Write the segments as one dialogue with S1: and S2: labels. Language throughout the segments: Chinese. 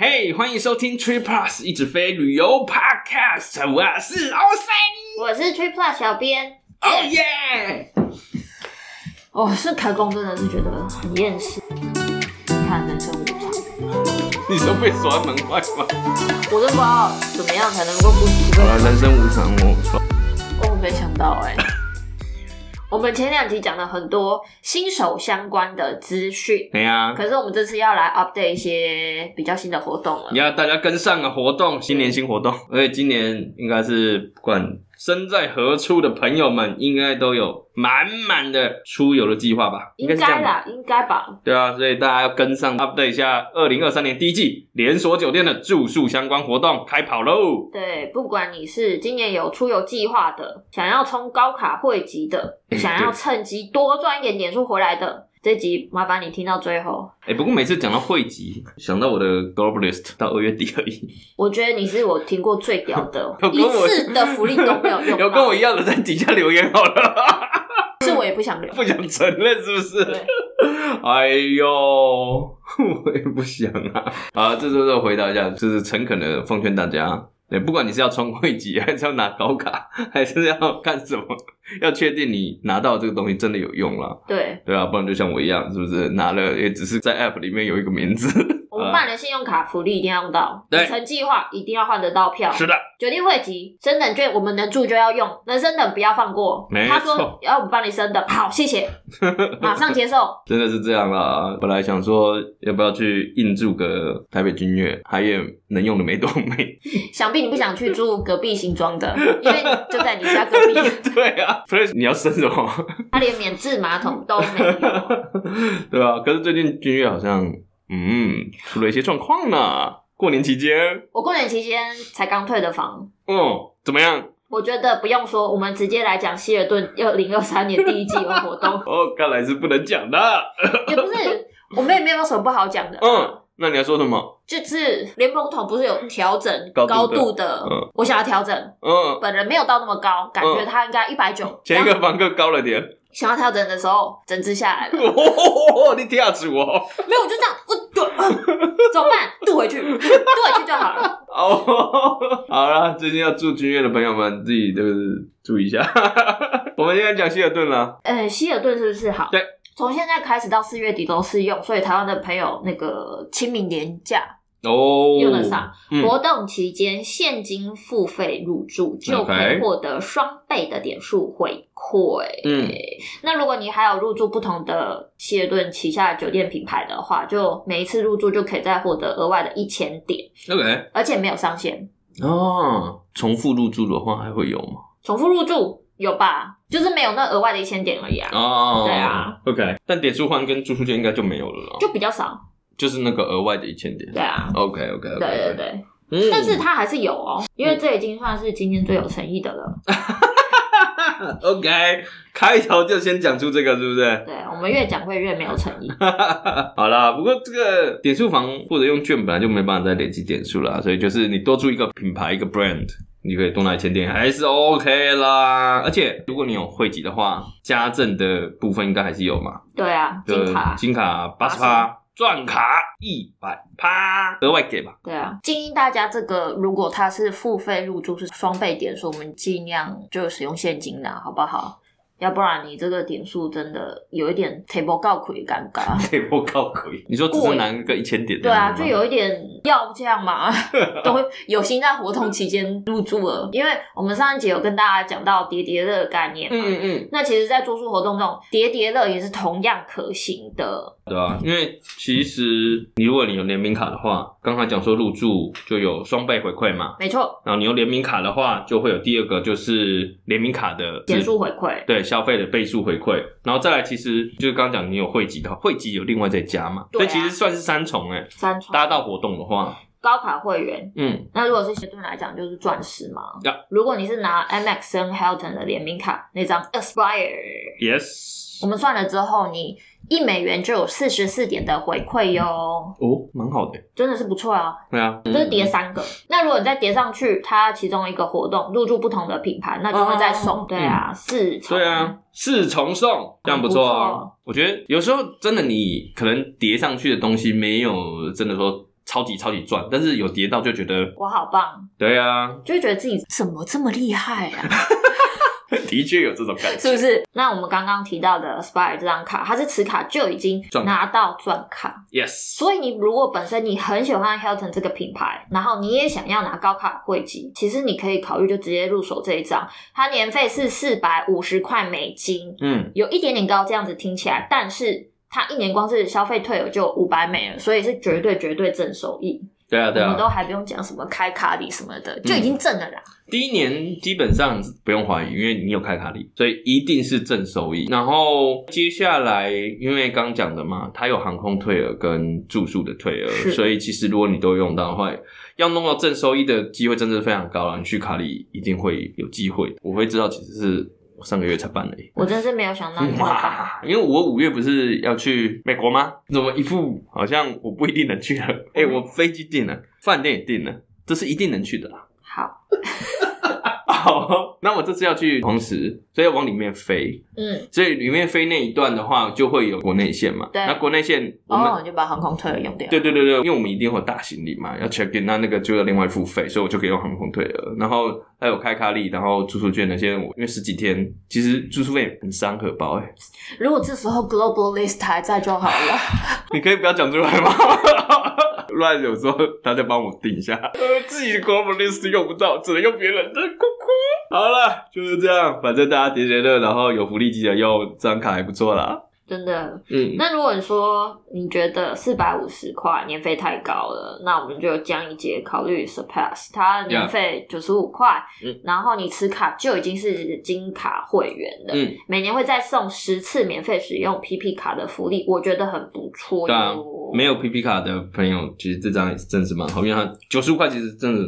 S1: 嘿欢迎收听 Tree Plus 一直飞旅游 Podcast，我是 O C，
S2: 我是 Tree Plus 小编。
S1: 哦耶！
S2: 哦，是开工真的是觉得很厌世。你看人生无常，
S1: 你都被锁在门外吗？
S2: 我都不知道怎么样才能够不不
S1: 好
S2: 被。
S1: 了，啊人生无常，我
S2: 哦，没想到哎、我们前两集讲了很多新手相关的资讯，
S1: 哎呀，
S2: 可是我们这次要来 update 一些比较新的活动了。
S1: 要大家跟上啊！活动，新年新活动，而且今年应该是不管身在何处的朋友们，应该都有满满的出游的计划吧？应
S2: 应
S1: 该是这样
S2: 该
S1: 吧？
S2: 啦，应该吧。
S1: 对啊，所以大家要跟上 update 一下二零二三年第一季连锁酒店的住宿相关活动开跑喽！
S2: 对，不管你是今年有出游计划的，想要冲高卡汇集的，
S1: 嗯
S2: 想要趁机多赚一点点数回来的，这集麻烦你听到最后。
S1: 哎、不过每次讲到汇集，想到我的 global list 到二月底而已，
S2: 我觉得你是我听过最屌的
S1: 有，跟
S2: 一
S1: 我
S2: 次的福利都没有 用
S1: 有跟
S2: 到
S1: 我，一样的在底下留言好了，
S2: 是我也不想聊。
S1: 不想承认是不是？
S2: 对，
S1: 哎呦， 我也不想啊！啊，这就是回答一下，就是诚恳的奉劝大家，对，不管你是要冲会籍，还是要拿高卡，还是要干什么，要确定你拿到这个东西真的有用啦，
S2: 对
S1: 对啊，不然就像我一样，是不是拿了也只是在 App 里面有一个名字？
S2: 我们办的信用卡福利一定要用到，
S1: 对
S2: 里程计划一定要换得到票，
S1: 的，
S2: 酒店汇集升等券我们能住就要用，能升等不要放过。
S1: 没
S2: 他
S1: 错
S2: 说要我们帮你升等，好，谢谢，马上 接受。
S1: 真的是这样啦。本来想说要不要去印住个台北君悦，还也能用的没多没。
S2: 想必你不想去住隔壁新庄的，因为就在你家隔壁，
S1: 对啊，所以你要升什么？
S2: 他连免治马桶都没有。
S1: 对啊，可是最近君越好像嗯出了一些状况呢。过年期间，
S2: 我过年期间才刚退的房，
S1: 嗯，怎么样？
S2: 我觉得不用说，我们直接来讲希尔顿二零二三年第一季的活 动，
S1: 哦，看来是不能讲的。
S2: 也不是我们也没有什么不好讲的，
S1: 嗯，那你要说什么？
S2: 就是联盟统不是有调整
S1: 高
S2: 高
S1: 度的
S2: 度的，
S1: 嗯
S2: 我想要调整，
S1: 嗯，
S2: 本人没有到那么高，感觉他应该一百九，
S1: 前一个房客高了点。
S2: 想要调整的时候整治下来了，
S1: 哦，你跳住哦！
S2: 没有我就这样，我对、怎么办？渡回去，渡回去就好了。
S1: 哦， 好啦，最近要住君越的朋友们，自己就是注意一下。 我们现在讲希尔顿啦，
S2: 呃，希尔顿是不是好？
S1: 对。
S2: 从现在开始到四月底都适用，所以台湾的朋友那个清明年假
S1: 哦，
S2: 用得上。
S1: 嗯，
S2: 活动期间现金付费入住就可以获得双倍的点数回馈。
S1: 嗯，
S2: 那如果你还有入住不同的希尔顿旗下酒店品牌的话，就每一次入住就可以再获得额外的一千点，
S1: OK。
S2: 而且没有上限。
S1: 哦，重复入住的话还会有吗？
S2: 重复入住有吧？就是没有那额外的一千点而已啊，
S1: 哦，
S2: 对啊
S1: ，OK，但点数换跟住宿券应该就没有了啦，
S2: 就比较少。
S1: 就是那个额外的一千点。
S2: 对啊，
S1: OK OK OK，
S2: 对对，对。
S1: 嗯
S2: 但是它还是有哦，因为这已经算是今天最有诚意的了。
S1: OK 开头就先讲出这个是不是？
S2: 对，我们越讲会越没有诚意。
S1: 好啦，不过这个点数房或者用券本来就没办法再累积点数啦，所以就是你多注一个品牌一个 brand。你可以多拿一千点，还是 OK 啦。而且如果你有汇集的话，加赠的部分应该还是有嘛。
S2: 对啊，金卡
S1: 就金卡八十趴，钻卡一百趴，额外给吧。
S2: 对啊，建议大家这个如果它是付费入住是双倍点数，我们尽量就使用现金啦，好不好？要不然你这个点数真的有一点 table 告亏尴尬。
S1: 给我靠可以。你说只是拿个一千点？
S2: 对啊，就。有一点要这样嘛， 都会有心在活动期间入住了，因为我们上一节有跟大家讲到叠叠乐的概念嘛。
S1: 嗯嗯，
S2: 那其实，在住宿活动中，叠叠乐也是同样可行的。
S1: 对啊，因为其实你如果你有联名卡的话，刚才讲说入住就有双倍回馈嘛，
S2: 没错，
S1: 然后你用联名卡的话，就会有第二个就是联名卡的
S2: 点数回馈。
S1: 对消费的倍数回馈，然后再来其实就是刚刚讲你有汇集的话，汇集有另外再加嘛，
S2: 对啊哦
S1: 所以其实算是三重哎、欸，
S2: 三重
S1: 搭到活动的话，
S2: 高卡会员
S1: 嗯，
S2: 那如果是斜盾来讲，就是钻石嘛。
S1: Yeah
S2: 如果你是拿 MX 跟 Hilton 的联名卡那张 Aspire，
S1: yes，
S2: 我们算了之后，你一美元就有四十四点的回馈哟，
S1: 哦，蛮好的欸、
S2: 真的是不错啊。
S1: 对啊，
S2: 就是叠三个，那如果你再叠上去，它其中一个活动入住不同的品牌，那就会再送。
S1: 哦
S2: 对啊，四重。
S1: 对啊，，四重送这样
S2: 嗯
S1: 不错啊。我觉得有时候真的你可能叠上去的东西没有真的说超级超级赚，但是有跌到就觉得，
S2: 我好棒，
S1: 对 啊，
S2: 就会觉得自己怎么这么厉害啊？
S1: 的确有这种感
S2: 是
S1: 觉
S2: 不。是？那我们刚刚提到的 Spire 这张卡，它是磁卡就已经
S1: 钻卡
S2: 拿到钻卡，
S1: Yes，
S2: 所以你如果本身你很喜欢 Hilton 这个品牌，然后你也想要拿高卡汇集，其实你可以考虑就直接入手这一张，它年费是四百五十块美金，
S1: 嗯，
S2: 有一点点高，这样子听起来，但是它一年光是消费退友就五百美了，所以是绝对绝对正收益。
S1: 对啊对嗯
S2: 我
S1: 啊
S2: 们，都还不用讲什么开卡里什么的，就已经挣了啦。
S1: 第一年基本上不用怀疑，因为你有开卡里，所以一定是正收益。然后接下来，因为刚讲的嘛，它有航空退额跟住宿的退额，
S2: 是
S1: 所以其实如果你都用到的话，要弄到正收益的机会真的是非常高了。你去卡里一定会有机会的。我会知道，其实是我上个月才办的。
S2: 我真是没有想到你会吧？
S1: 嗯哇！ 因为我五月不是要去美国吗？怎么一副好像我不一定能去了？哎、我飞机订了，饭店也订了，这是一定能去的啦。
S2: 好，
S1: 好、那我这次要去同时，所以要往里面飞，
S2: 嗯，
S1: 所以里面飞那一段的话，就会有国内线嘛。
S2: 对
S1: 那国内线我们、
S2: 哦，你就把航空退了用掉。
S1: 对对对对，因为我们一定会有大行李嘛，要 check in，那那个就要另外付费，所以我就可以用航空退额。然后还有开卡利，然后住宿券那些，我因为十几天，其实住宿费很伤荷包哎、
S2: 如果这时候 Global List 还在就好了。
S1: 你可以不要讲出来吗？ 乱有时候他在帮我定一下， 呃，自己的 global list 用不到，只能用别人的，哭哭。好了，就是这样，反正大家叠叠乐，然后有福利记得用，这张卡还不错啦。
S2: 真的，
S1: 嗯，
S2: 那如果你说你觉得四百五十块年费太高了，那我们就江一节考虑 Surpass，它年费九十五块
S1: 嗯
S2: 然后你持卡就已经是金卡会员了，
S1: 嗯
S2: 每年会再送十次免费使用 PP 卡的福利，我觉得很不错
S1: 对
S2: 哟、
S1: 啊，没有 PP 卡的朋友，其实这张也是真的是蛮好，因为它九十五块其实真的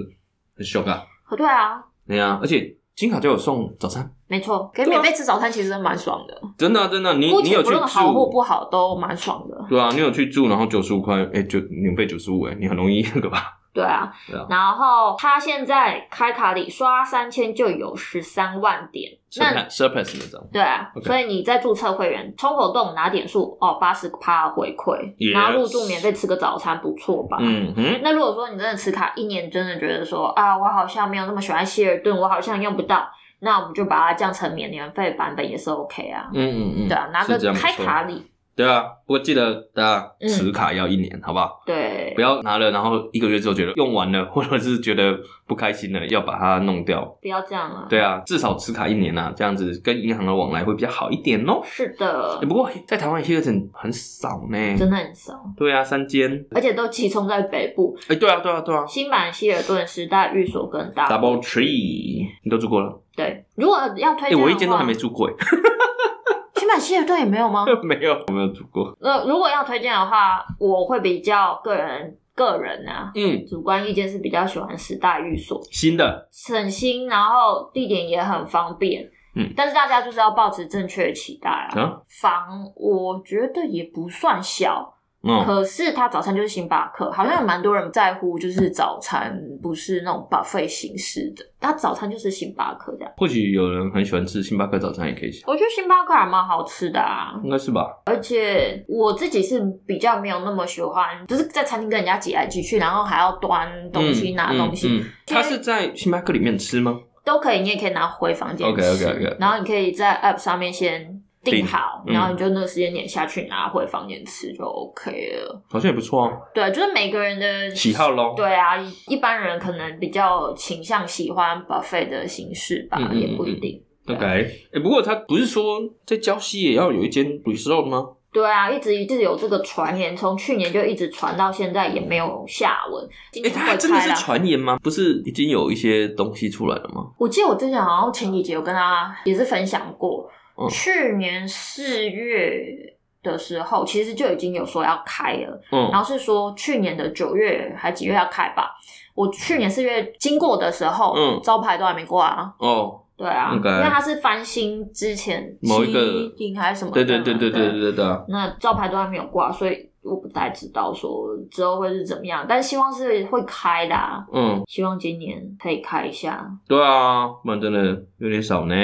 S1: 很凶啊。
S2: 哦对啊，
S1: 对啊，而且金卡就有送早餐，
S2: 没错，给
S1: 对啊
S2: 免费吃早餐其实蛮爽的，
S1: 真的、啊、真的啊、你
S2: 目
S1: 你有去
S2: 前不论好或
S1: 住
S2: 不？好都蛮爽的。
S1: 对啊，你有去住，然后九十五块，哎、就免费九十五，哎，你很容易那个吧？
S2: 对啊，
S1: 对啊
S2: 然后他现在开卡里刷三千就有十三万点，那
S1: surpass surpass 那张，
S2: 对啊
S1: OK
S2: 所以你在注册会员冲活动拿点数哦，八十趴回馈
S1: Yes
S2: 然后入住免费吃个早餐，不错吧？
S1: 嗯哼。
S2: 那如果说你真的持卡一年，真的觉得说啊，我好像没有那么喜欢希尔顿，我好像用不到，那我们就把它降成免年费版本也是 OK 啊。
S1: 嗯嗯嗯，
S2: 对啊，拿
S1: 是
S2: 个
S1: 这样没
S2: 开
S1: 错
S2: 卡。礼，
S1: 对啊，不过记得大家
S2: 嗯
S1: 持卡要一年，好不好？
S2: 对
S1: 不，要拿了，然后一个月之后觉得用完了，或者是觉得不开心了，要把它弄掉。
S2: 不要这样了。，
S1: 对啊，至少持卡一年啊，这样子跟银行的往来会比较好一点哦。
S2: 是的
S1: 欸、，不过在台湾 Hilton 很少
S2: 真
S1: 呢。
S2: 的很少，
S1: 对啊，三间。
S2: 而且都集中在北部，
S1: 哎、对啊，对啊，对啊。
S2: 新版希尔顿时代寓所跟大
S1: Double Tree，你都住过了？
S2: 对，如果要推
S1: 哎、
S2: 荐的话，
S1: 我一间都还没住过、
S2: 啊
S1: 欸，
S2: 新版希尔顿也没有吗？
S1: 没有，我没有住过。
S2: 呃，如果要推荐的话，我会比较个人个人啊，
S1: 嗯，
S2: 主观意见是比较喜欢时代寓所，
S1: 新的，
S2: 省心，然后地点也很方便。
S1: 嗯，
S2: 但是大家就是要抱持正确的期待啦。
S1: 啊
S2: 房我觉得也不算小，
S1: 嗯，
S2: 可是它早餐就是星巴克，好像有蛮多人在乎，就是早餐不是那种 buffet 形式的，它早餐就是星巴克这样。
S1: 或许有人很喜欢吃星巴克早餐，也可以想，
S2: 我觉得星巴克还蛮好吃的啊，
S1: 应该是吧？
S2: 而且我自己是比较没有那么喜欢，就是在餐厅跟人家挤来挤去，然后还要端东西、
S1: 嗯
S2: 拿东西、
S1: 嗯嗯它是在星巴克里面吃吗？
S2: 都可以，你也可以拿回房间吃。
S1: OK，OK，OK
S2: 然后你可以在 App 上面先订好，
S1: 订嗯
S2: 然后你就那个时间点下去拿回房间吃就 OK 了。
S1: 好像也不错啊，
S2: 对，就是每个人的
S1: 喜好咯。
S2: 对啊，一般人可能比较倾向喜欢 buffet 的形式吧，
S1: 嗯嗯嗯
S2: 也不一定。
S1: OK，哎、不过他不是说在礁溪也要有一间 resort 吗？
S2: 对啊，一直一直有这个传言，从去年就一直传到现在也没有下文。今
S1: 哎、
S2: 年
S1: 他
S2: 会
S1: 真的
S2: 开
S1: 是
S2: 啦。
S1: 传言吗？不是已经有一些东西出来了吗？
S2: 我记得我之前好像前几集有跟他也是分享过，
S1: 嗯
S2: 去年四月的时候，其实就已经有说要开了，然
S1: 嗯
S2: 后是说去年的九月还几月要开吧。我去年四月经过的时候，
S1: 嗯
S2: 招牌都还没挂啊。
S1: 哦，
S2: 对啊
S1: OK
S2: 因为它是翻新之前
S1: 某一个
S2: 七顶还是什么的
S1: 对
S2: 嘛？
S1: 对对对对对对对啊，
S2: 那招牌都还没有挂，所以我不太知道说之后会是怎么样，但希望是会开的、啊，
S1: 嗯，
S2: 希望今年可以开一下。
S1: 对啊，不然真的有点少呢。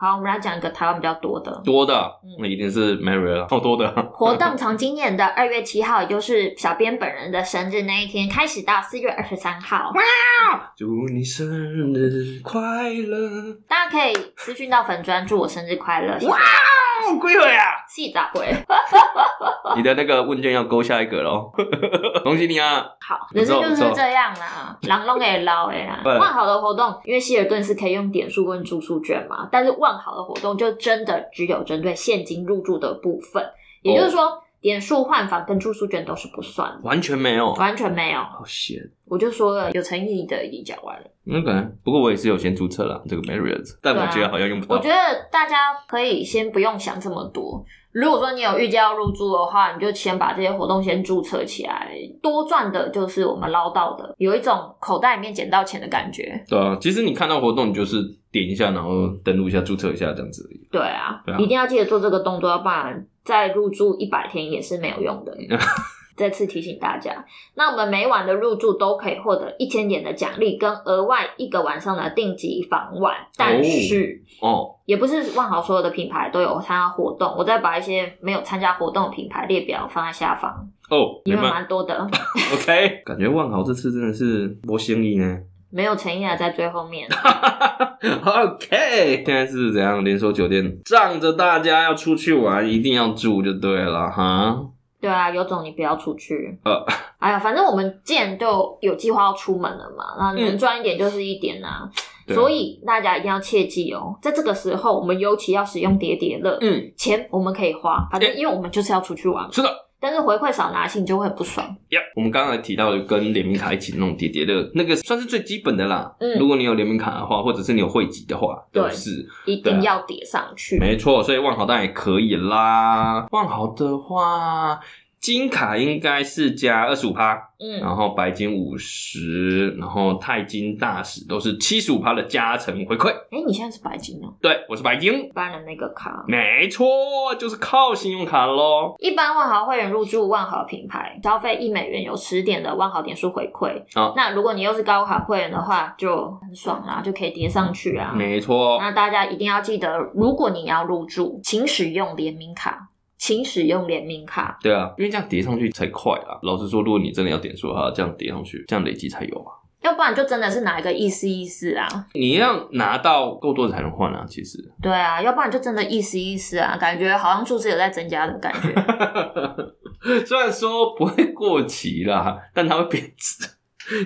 S2: 好，我们来讲一个台湾比较多的
S1: 多的
S2: 嗯，
S1: 那一定是 Mary 了，好多的。
S2: 活动从今年的二月七号，也就是小编本人的生日那一天开始，到四月二十三号，
S1: 祝你生日快乐！
S2: 大家可以私讯到粉专，祝我生日快乐。
S1: 哇哦，鬼会啊！
S2: 细咋会？
S1: 你的那个问卷要勾下一个 喽，恭喜你啊！
S2: 好，
S1: 不
S2: 人
S1: 错
S2: 生就是这样 啦，狼龙给捞哎啦。万豪的活动，因为希尔顿是可以用点数跟住宿券嘛，但是万豪的活动就真的只有针对现金入住的部分，也就是说，
S1: 哦
S2: 点数换房跟住宿券都是不算的，
S1: 完全没有，
S2: 完全没有。
S1: 好险。
S2: 我就说了，有诚意的已经讲完了。
S1: 那个，不过我也是有先注册了这个 Marriott，但我觉得好像用不
S2: 我
S1: 到
S2: 觉。得大家可以先不用想这么多。如果说你有预计要入住的话，你就先把这些活动先注册起来，多赚的就是我们捞到的，有一种口袋里面捡到钱的感觉。
S1: 对啊，其实你看到活动，你就是点一下，然后登录一下，注册一下这样子而已。
S2: 对啊，
S1: 对啊
S2: 一定要记得做这个动作，要不然再入住一百天也是没 有用的。再次提醒大家，那我们每晚的入住都可以获得一千点的奖励，跟额外一个晚上的定级房晚，但是。
S1: 哦，
S2: 也不是万豪所有的品牌都有参加活动，我再把一些没有参加活动的品牌列表放在下方，
S1: 哦，
S2: 因
S1: 明
S2: 为
S1: 白。
S2: 蛮多的，
S1: OK，感觉万豪这次真的是波心意呢。
S2: 没有诚意的在最后面。
S1: OK，现在是怎样？连锁酒店仗着大家要出去玩，一定要住就对了哈。
S2: 对啊，有种你不要出去。
S1: 呃，
S2: 哎呀，反正我们既然就有计划要出门了嘛，那能赚一点就是一点啊。
S1: 对啊
S2: 所以大家一定要切记哦，在这个时候，我们尤其要使用叠叠乐。
S1: 嗯，
S2: 钱我们可以花，反正
S1: 哎
S2: 因为我们就是要出去玩嘛。
S1: 是的。
S2: 但是回馈少拿性就会很不爽。
S1: 呀、我们刚才提到的跟联名卡一起弄叠叠乐，那个算是最基本的啦。
S2: 嗯
S1: 如果你有联名卡的话，或者是你有汇集的话，
S2: 对
S1: 都是
S2: 一
S1: 对啊
S2: 定要叠上去。
S1: 没错。所以万豪当然也可以啦。万豪的话，金卡应该是加二十五趴，
S2: 嗯，
S1: 然后白金五十，然后钛金大使都是七十五趴的加成回馈。
S2: 哎、你现在是白金哦，
S1: 对，我是白金。
S2: 一般的那个卡。
S1: 没错，就是靠信用卡喽。
S2: 一般万豪会员入驻万豪品牌，消费一美元有十点的万豪点数回馈。
S1: 好
S2: 那如果你又是高卡会员的话，就很爽啦，就可以叠上去啊。
S1: 没错，
S2: 那大家一定要记得，如果你要入驻，请使用联名卡，请使用联名卡。
S1: 对啊，因为这样叠上去才快啊。老实说，如果你真的要点数的话，这样叠上去，这样累积才有啊。
S2: 要不然就真的是拿一个意思意思啊，
S1: 你要拿到够多才能换啊，其实。
S2: 对啊，要不然就真的意思意思啊，感觉好像数字有在增加的感觉。
S1: 虽然说不会过期啦，但它会贬值，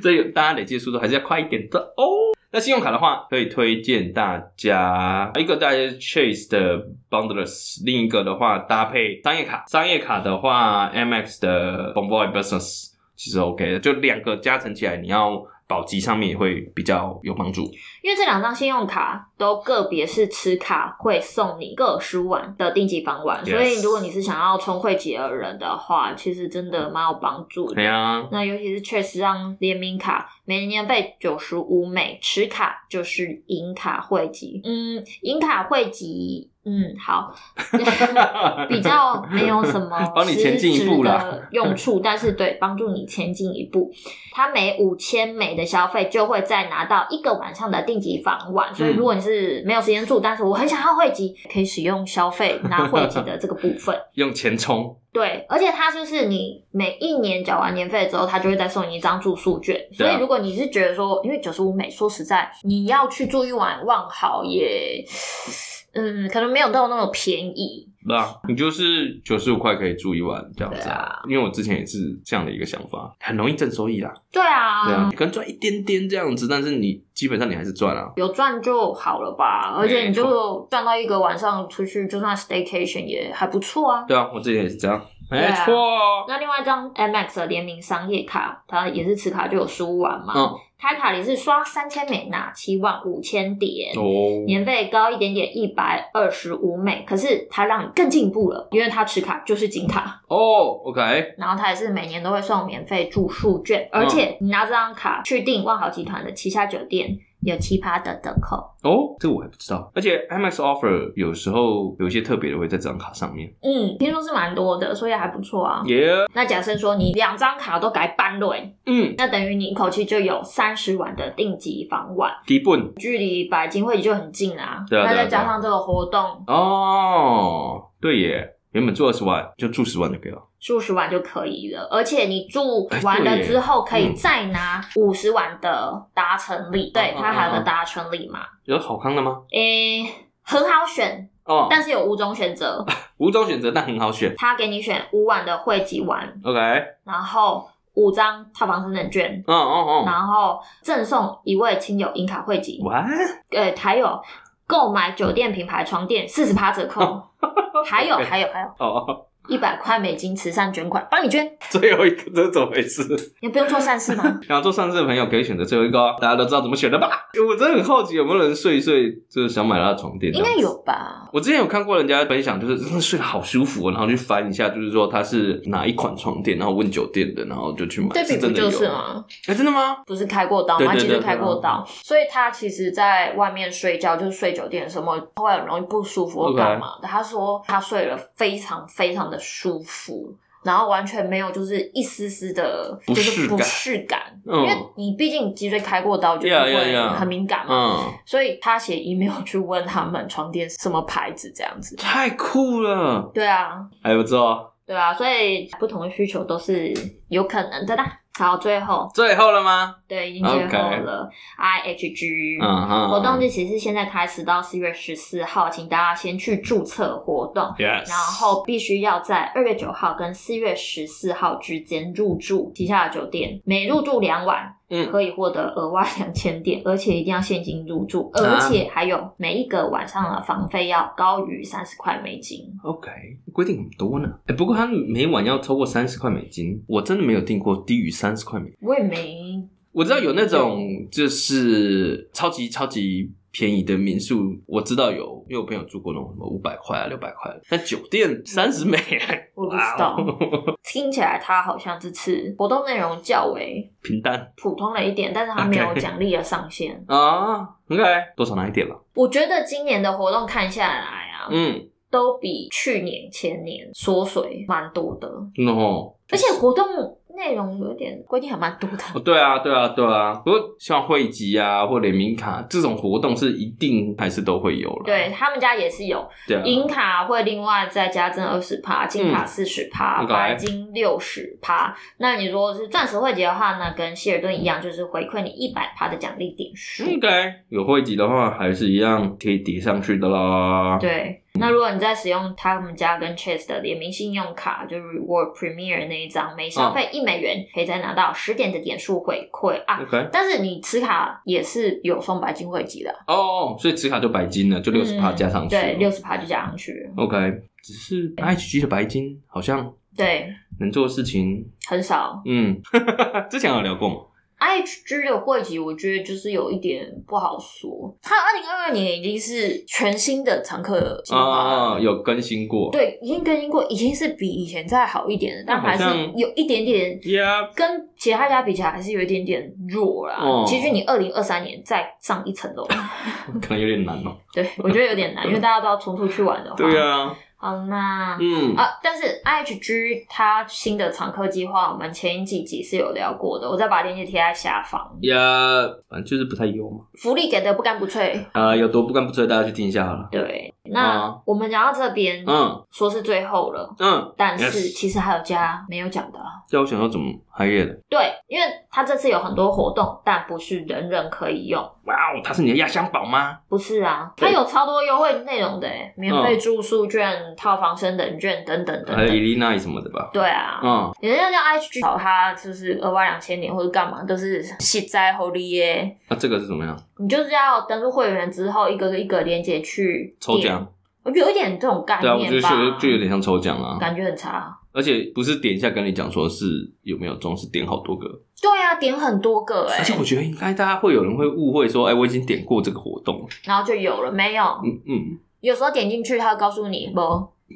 S1: 所以大家累积的速度还是要快一点的哦。那信用卡的话，可以推荐大家一个大家 Chase 的 Boundless，另一个的话搭配商业卡，商业卡的话 MX 的 Bonvoy Business 其实 OK 的，就两个加成起来，你要保级上面也会比较有帮助。
S2: 因为这两张信用卡都个别是持卡会送你各十五万的定级房晚
S1: Yes
S2: 所以如果你是想要冲会籍的人的话，其实真的蛮有帮助
S1: 对
S2: 的。
S1: 哎呀、
S2: 那尤其是确实让联名卡，每年费九十五美，持卡就是银卡汇集，嗯，银卡汇集，嗯，好， 比较没有什么
S1: 帮你前进一步啦
S2: 实质的用处，但是对帮助你前进一步。它每五千美的消费就会再拿到一个晚上的定级房晚，所以
S1: 嗯
S2: 如果你是没有时间住，但是我很想要汇集，可以使用消费拿汇集的这个部 分。
S1: 用钱充，
S2: 对，而且它就是你每一年缴完年费之后，它就会再送你一张住宿券。
S1: 对
S2: 所
S1: 啊
S2: 以如果你是觉得说，因为九十五美，说实在，你要去住一晚万豪也，嗯，可能没有到那么便宜。
S1: 对吧？你就是九十五块可以住一晚这样子
S2: 对
S1: 啊，因为我之前也是这样的一个想法，很容易挣收益啦。
S2: 对啊，
S1: 对啊，可能赚一点点这样子，但是你基本上你还是赚啊。
S2: 有赚就好了吧。而且你
S1: 没
S2: 就赚到一个晚上出去，就算 staycation 也还不错啊。
S1: 对啊，我之前也是这样，没
S2: 啊
S1: 错。
S2: 那另外一张 MX 的联名商业卡，它也是持卡就有十五万嘛。
S1: 嗯，
S2: 开卡里是刷三千美拿七万五千点。
S1: 哦，
S2: 年费高一点点，一百二十五美，可是它让你更进步了，因为它持卡就是金卡，
S1: 哦，OK，
S2: 然后它也是每
S1: 嗯
S2: 年都会送免费住宿券，而且你拿这张卡去订万豪集团的旗下酒店，有奇葩的折扣。
S1: 哦，这个我还不知道。而且 IMAX offer 有时候有一些特别的会在这张卡上面。
S2: 嗯，听说是蛮多的，所以还不错啊。
S1: 耶，
S2: 那假设说你两张卡都改半轮，
S1: 嗯，
S2: 那等于你一口气就有三十万的定级房晚，
S1: 基本
S2: 距离白金会就很近啦、
S1: 对啊
S2: 那
S1: 对啊
S2: 再加上这个活动，
S1: 哦，对耶，原本做二十万就住十万就可以了。
S2: 数十万就可以了。而且你住
S1: 哎
S2: 完
S1: 对
S2: 了
S1: 耶
S2: 之后，可以
S1: 嗯
S2: 再拿五十万的达成礼，对
S1: 哦，
S2: 它还有
S1: 哦
S2: 个
S1: 哦
S2: 达成礼嘛？
S1: 有好康的吗？
S2: 诶、很好选，
S1: 哦，
S2: 但是有五种选择，
S1: 五种选择，但很好选。
S2: 他给你选五晚的汇集完，
S1: OK，
S2: 然后五张套房生证券。
S1: 嗯嗯嗯，
S2: 然后赠送一位亲友银卡汇集，
S1: 哇，
S2: 呃，还有购买酒店品牌床垫四十趴 折扣，还有还有还有
S1: 哦，
S2: 一百块美金慈善捐款，帮你捐，
S1: 最后一个这是怎么回事？
S2: 你不用做善 事吗？
S1: 然后做上市的朋友可以选择最后一个哦，大家都知道怎么选了吧？我真的很好奇，有没有人睡一睡就是想买他的床垫？
S2: 应该。有吧？
S1: 我之前有看过人家分享，就是真的睡得好舒服哦，然后去翻一下，就是说它是哪一款床垫，然后问酒店的，然后就去买，
S2: 对比
S1: 是
S2: 不
S1: 真的有
S2: 就是？吗？
S1: 哎、真的吗？
S2: 不是开过刀
S1: 对
S2: 吗？
S1: 对
S2: 其实
S1: 对啊
S2: 开过
S1: 对
S2: 刀，所以他其实在外面睡觉，就是睡酒店什么，会很容易不舒服或
S1: OK
S2: 干嘛的。他说他睡了非常非常的舒服，然后完全没有就是一丝丝的，
S1: 不
S2: 就是
S1: 适
S2: 不
S1: 感
S2: 适感，因为
S1: 嗯
S2: 你毕竟脊椎开过刀，就是
S1: Yeah, yeah,
S2: 会
S1: yeah
S2: 很敏感嘛。
S1: 嗯，
S2: 所以他写 email 去问他们床垫什么牌子这样子。
S1: 太酷了，
S2: 对啊，
S1: 还不错。
S2: 对啊，所以不同的需求都是有可能的啦。好，最后
S1: 最后了吗？
S2: 对已经最后了
S1: 嗯
S2: IHG。
S1: 哈，
S2: 活动日期是现在开始到四月十四号，请大家先去注册活动，
S1: ，yes，
S2: 然后必须要在二月九号跟四月十四号之间入住旗下的酒店，每入住两晚，
S1: 嗯，
S2: 可以获得额外两千点，而且一定要现金入住，
S1: 啊
S2: 而且还有每一个晚上的房费要高于三十块美金。
S1: OK，规定很多呢。哎、不过它每晚要超过三十块美金，我真的没有订过低于三十块美金。
S2: 我也没，
S1: 我知道有那种就是超级超级便宜的民宿，我知道有，因为我朋友住过那种什么五百块啊、六百块，但酒店三十美，
S2: 我不知道
S1: 哇 哦
S2: 听起来它好像这次活动内容较为
S1: 平淡
S2: 普通了一点，但是它没有
S1: OK
S2: 奖励的上 限。
S1: 啊，OK，多少拿一点了，
S2: 我觉得今年的活动看下来啊，
S1: 嗯，
S2: 都比去年、前年缩水蛮多的，
S1: 真的哦。
S2: 而且活动内容有点规定还蛮多的。
S1: 哦，对啊，对啊，对啊。不过像汇集啊或联名卡这种活动是一定还是都会有了。
S2: 对他们家也是有，
S1: 对啊，
S2: 银卡会另外再加赠二十趴，金卡四十趴，
S1: OK
S2: 白金六十趴。那你如果是钻石会结的话呢，跟希尔顿一样，就是回馈你一百趴的奖励点数。
S1: 应该有汇集的话，还是一样可以叠上去的啦。
S2: 对，那如果你在使用他们家跟 Chase 的联名信用卡，就是 Reward Premier 那一张，每消费一美元可以再拿到十点的点数回馈啊。
S1: ，OK，
S2: 但是你持卡也是有送白金汇集的，
S1: 哦，所以磁卡就白金了，就六十趴
S2: 嗯
S1: 加上去了、
S2: 对，六十趴就加上去了，
S1: OK，只是 IHG 的白金好像
S2: 对，
S1: 能做的事情，
S2: 很少。
S1: 嗯， 之前有聊过嘛？
S2: IHG 的汇集，我觉得就是有一点不好说。它二零二二年已经是全新的常客计划了，
S1: 啊，有更新过。
S2: 对，已经更新过，已经是比以前再好一点了，但
S1: 那好
S2: 还是
S1: 像
S2: 有一点点
S1: Yeah，
S2: 跟其他家比起来还是有一点点弱啦。
S1: 哦
S2: 其实你二零二三年再上一 层楼，
S1: 可能有点难 哦。
S2: 对我觉得有点难，因为大家都要重复去玩的 话。
S1: 对。啊，
S2: 好，那。
S1: 嗯，
S2: 啊，但是 IHG 它新的常客计划，我们前几集是有聊过的，我再把链接贴在下方。
S1: 呀，反正就是不太优嘛。
S2: 福利给的不干不脆，
S1: 啊，有多不干不脆，大家去听一下好了。
S2: 对。那
S1: 啊
S2: 我们讲到这边，
S1: 嗯
S2: 说是最后了，
S1: 嗯，
S2: 但是
S1: Yes
S2: 其实还有家没有讲的啊。
S1: 叫我想说怎么嗨夜的？
S2: 对，因为它这次有很多活动，但不是人人可以用。
S1: 哇哦，它是你的压箱宝吗？
S2: 不是啊，它
S1: 对嗯
S2: 有超多优惠内容的欸，免费住宿券、套房升等券等等等
S1: 还有
S2: 等。
S1: Elina 什么的吧？
S2: 对啊，
S1: 哎嗯，
S2: 人家叫 IHG 找他就是额外两千年或者干嘛，都是喜在狐狸耶。
S1: 那这个是怎么样？
S2: 你就是要登录会员之后，一个一个连接去
S1: 抽
S2: 点，
S1: 奖？
S2: 我觉得有一点这种概
S1: 对啊，我觉
S2: 念
S1: 得
S2: 吧，
S1: 就就有点像抽奖啊。
S2: 感觉很差。
S1: 而且不是点一下跟你讲说是有没有中，是点好多个。
S2: 对啊，点很多个哎
S1: 而，且我觉得应该大家会有人会误会说，哎、我已经点过这个活动了。
S2: 然后就有了没有？
S1: 嗯嗯，
S2: 有时候点进去，他会告诉你不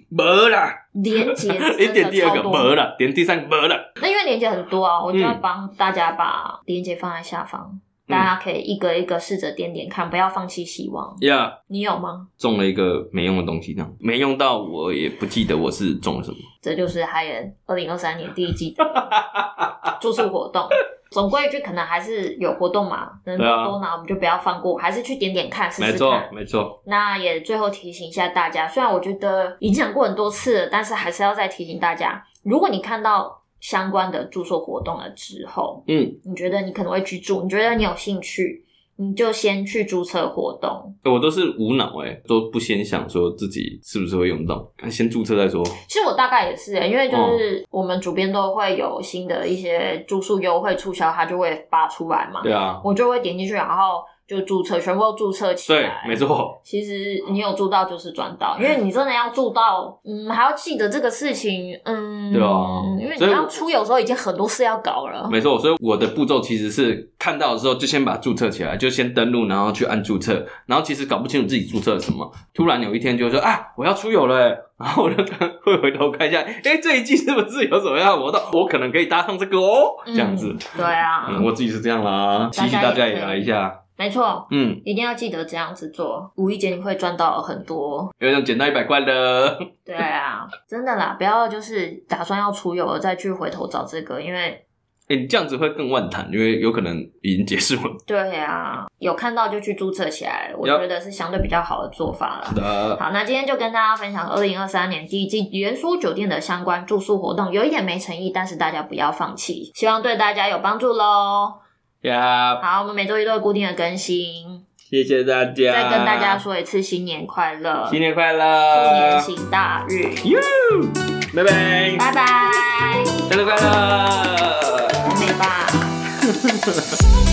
S1: 没啦，
S2: 连 接
S1: 你点
S2: 真
S1: 第
S2: 的
S1: 二
S2: 超
S1: 个
S2: 多
S1: 没。啦，点第三个没啦。
S2: 那因为连接很多啊，我就要
S1: 嗯
S2: 帮大家把连接放在下方。大家可以一个一个试着点点看，不要放弃希望。
S1: 呀，
S2: 你有吗？
S1: 中了一个没用的东西，这样没用到我也不记得我是中了什么。
S2: 这就是哈言二零二三年第一季的 住宿活动。总归一句，可能还是有活动嘛，能
S1: 对啊
S2: 多拿我们就不要放过，还是去点点看，试
S1: 没
S2: 试
S1: 错
S2: 看，。
S1: 没错，
S2: 那也最后提醒一下大家，虽然我觉得已经讲过很多次了，但是还是要再提醒大家，如果你看到相关的住宿活动了之后，
S1: 嗯，
S2: 你觉得你可能会去住，你觉得你有兴趣，你就先去注册活动。
S1: 我都是无脑哎、都不先想说自己是不是会用到，先注册再说。
S2: 其实我大概也是、欸因为
S1: 嗯
S2: 就是我们主编都会有新的一些住宿优惠促销，它就会发出来嘛，
S1: 对啊，
S2: 我就会点进去，然后就注册，全部都注册起
S1: 对
S2: 来，。
S1: 没错，
S2: 其实你有做到就是赚到，因为你真的要做到，嗯，还要记得这个事情，嗯，
S1: 对啊
S2: 因为
S1: 所
S2: 你
S1: 以
S2: 当初有时候已经很多事要搞了，
S1: 没错。所以我的步骤其实是看到的时候就先把它注册起来，就先登录，然后去按注册，然后其实搞不清楚自己注册了什么。突然有一天就会说啊，我要出游了、欸，然后我就看会回头看一下，哎、这一季是不是有什么样的活动？我可能可以搭上这个哦，这样子
S2: 嗯。对啊，
S1: 嗯，我自己是这样啦，
S2: 大家
S1: 提醒大家
S2: 也
S1: 也
S2: 可以
S1: 来一下。
S2: 没错，
S1: 嗯，
S2: 一定要记得这样子做，无意间你会赚到很多。
S1: 有一种捡到一百块的，
S2: 对啊，真的啦，不要就是打算要出游了再去回头找这个，因为
S1: 哎、你这样子会更万谈，因为有可能已经结束了。
S2: 对啊，有看到就去注册起来，我
S1: Yup
S2: 觉得是相对比较好的做法啦。
S1: 的，
S2: 好，那今天就跟大家分享二零二三年第一季元苏酒店的相关住宿活动，有一点没诚意，但是大家不要放弃，希望对大家有帮助喽。
S1: 呀，
S2: 好，我们每周一都会固定的更新，
S1: 谢谢大家，
S2: 再跟大家说一次新年快乐，
S1: 新年呃快
S2: 兔年
S1: 乐，
S2: 行大运，
S1: 拜拜，
S2: 拜拜，
S1: 生日快乐。
S2: 美吧。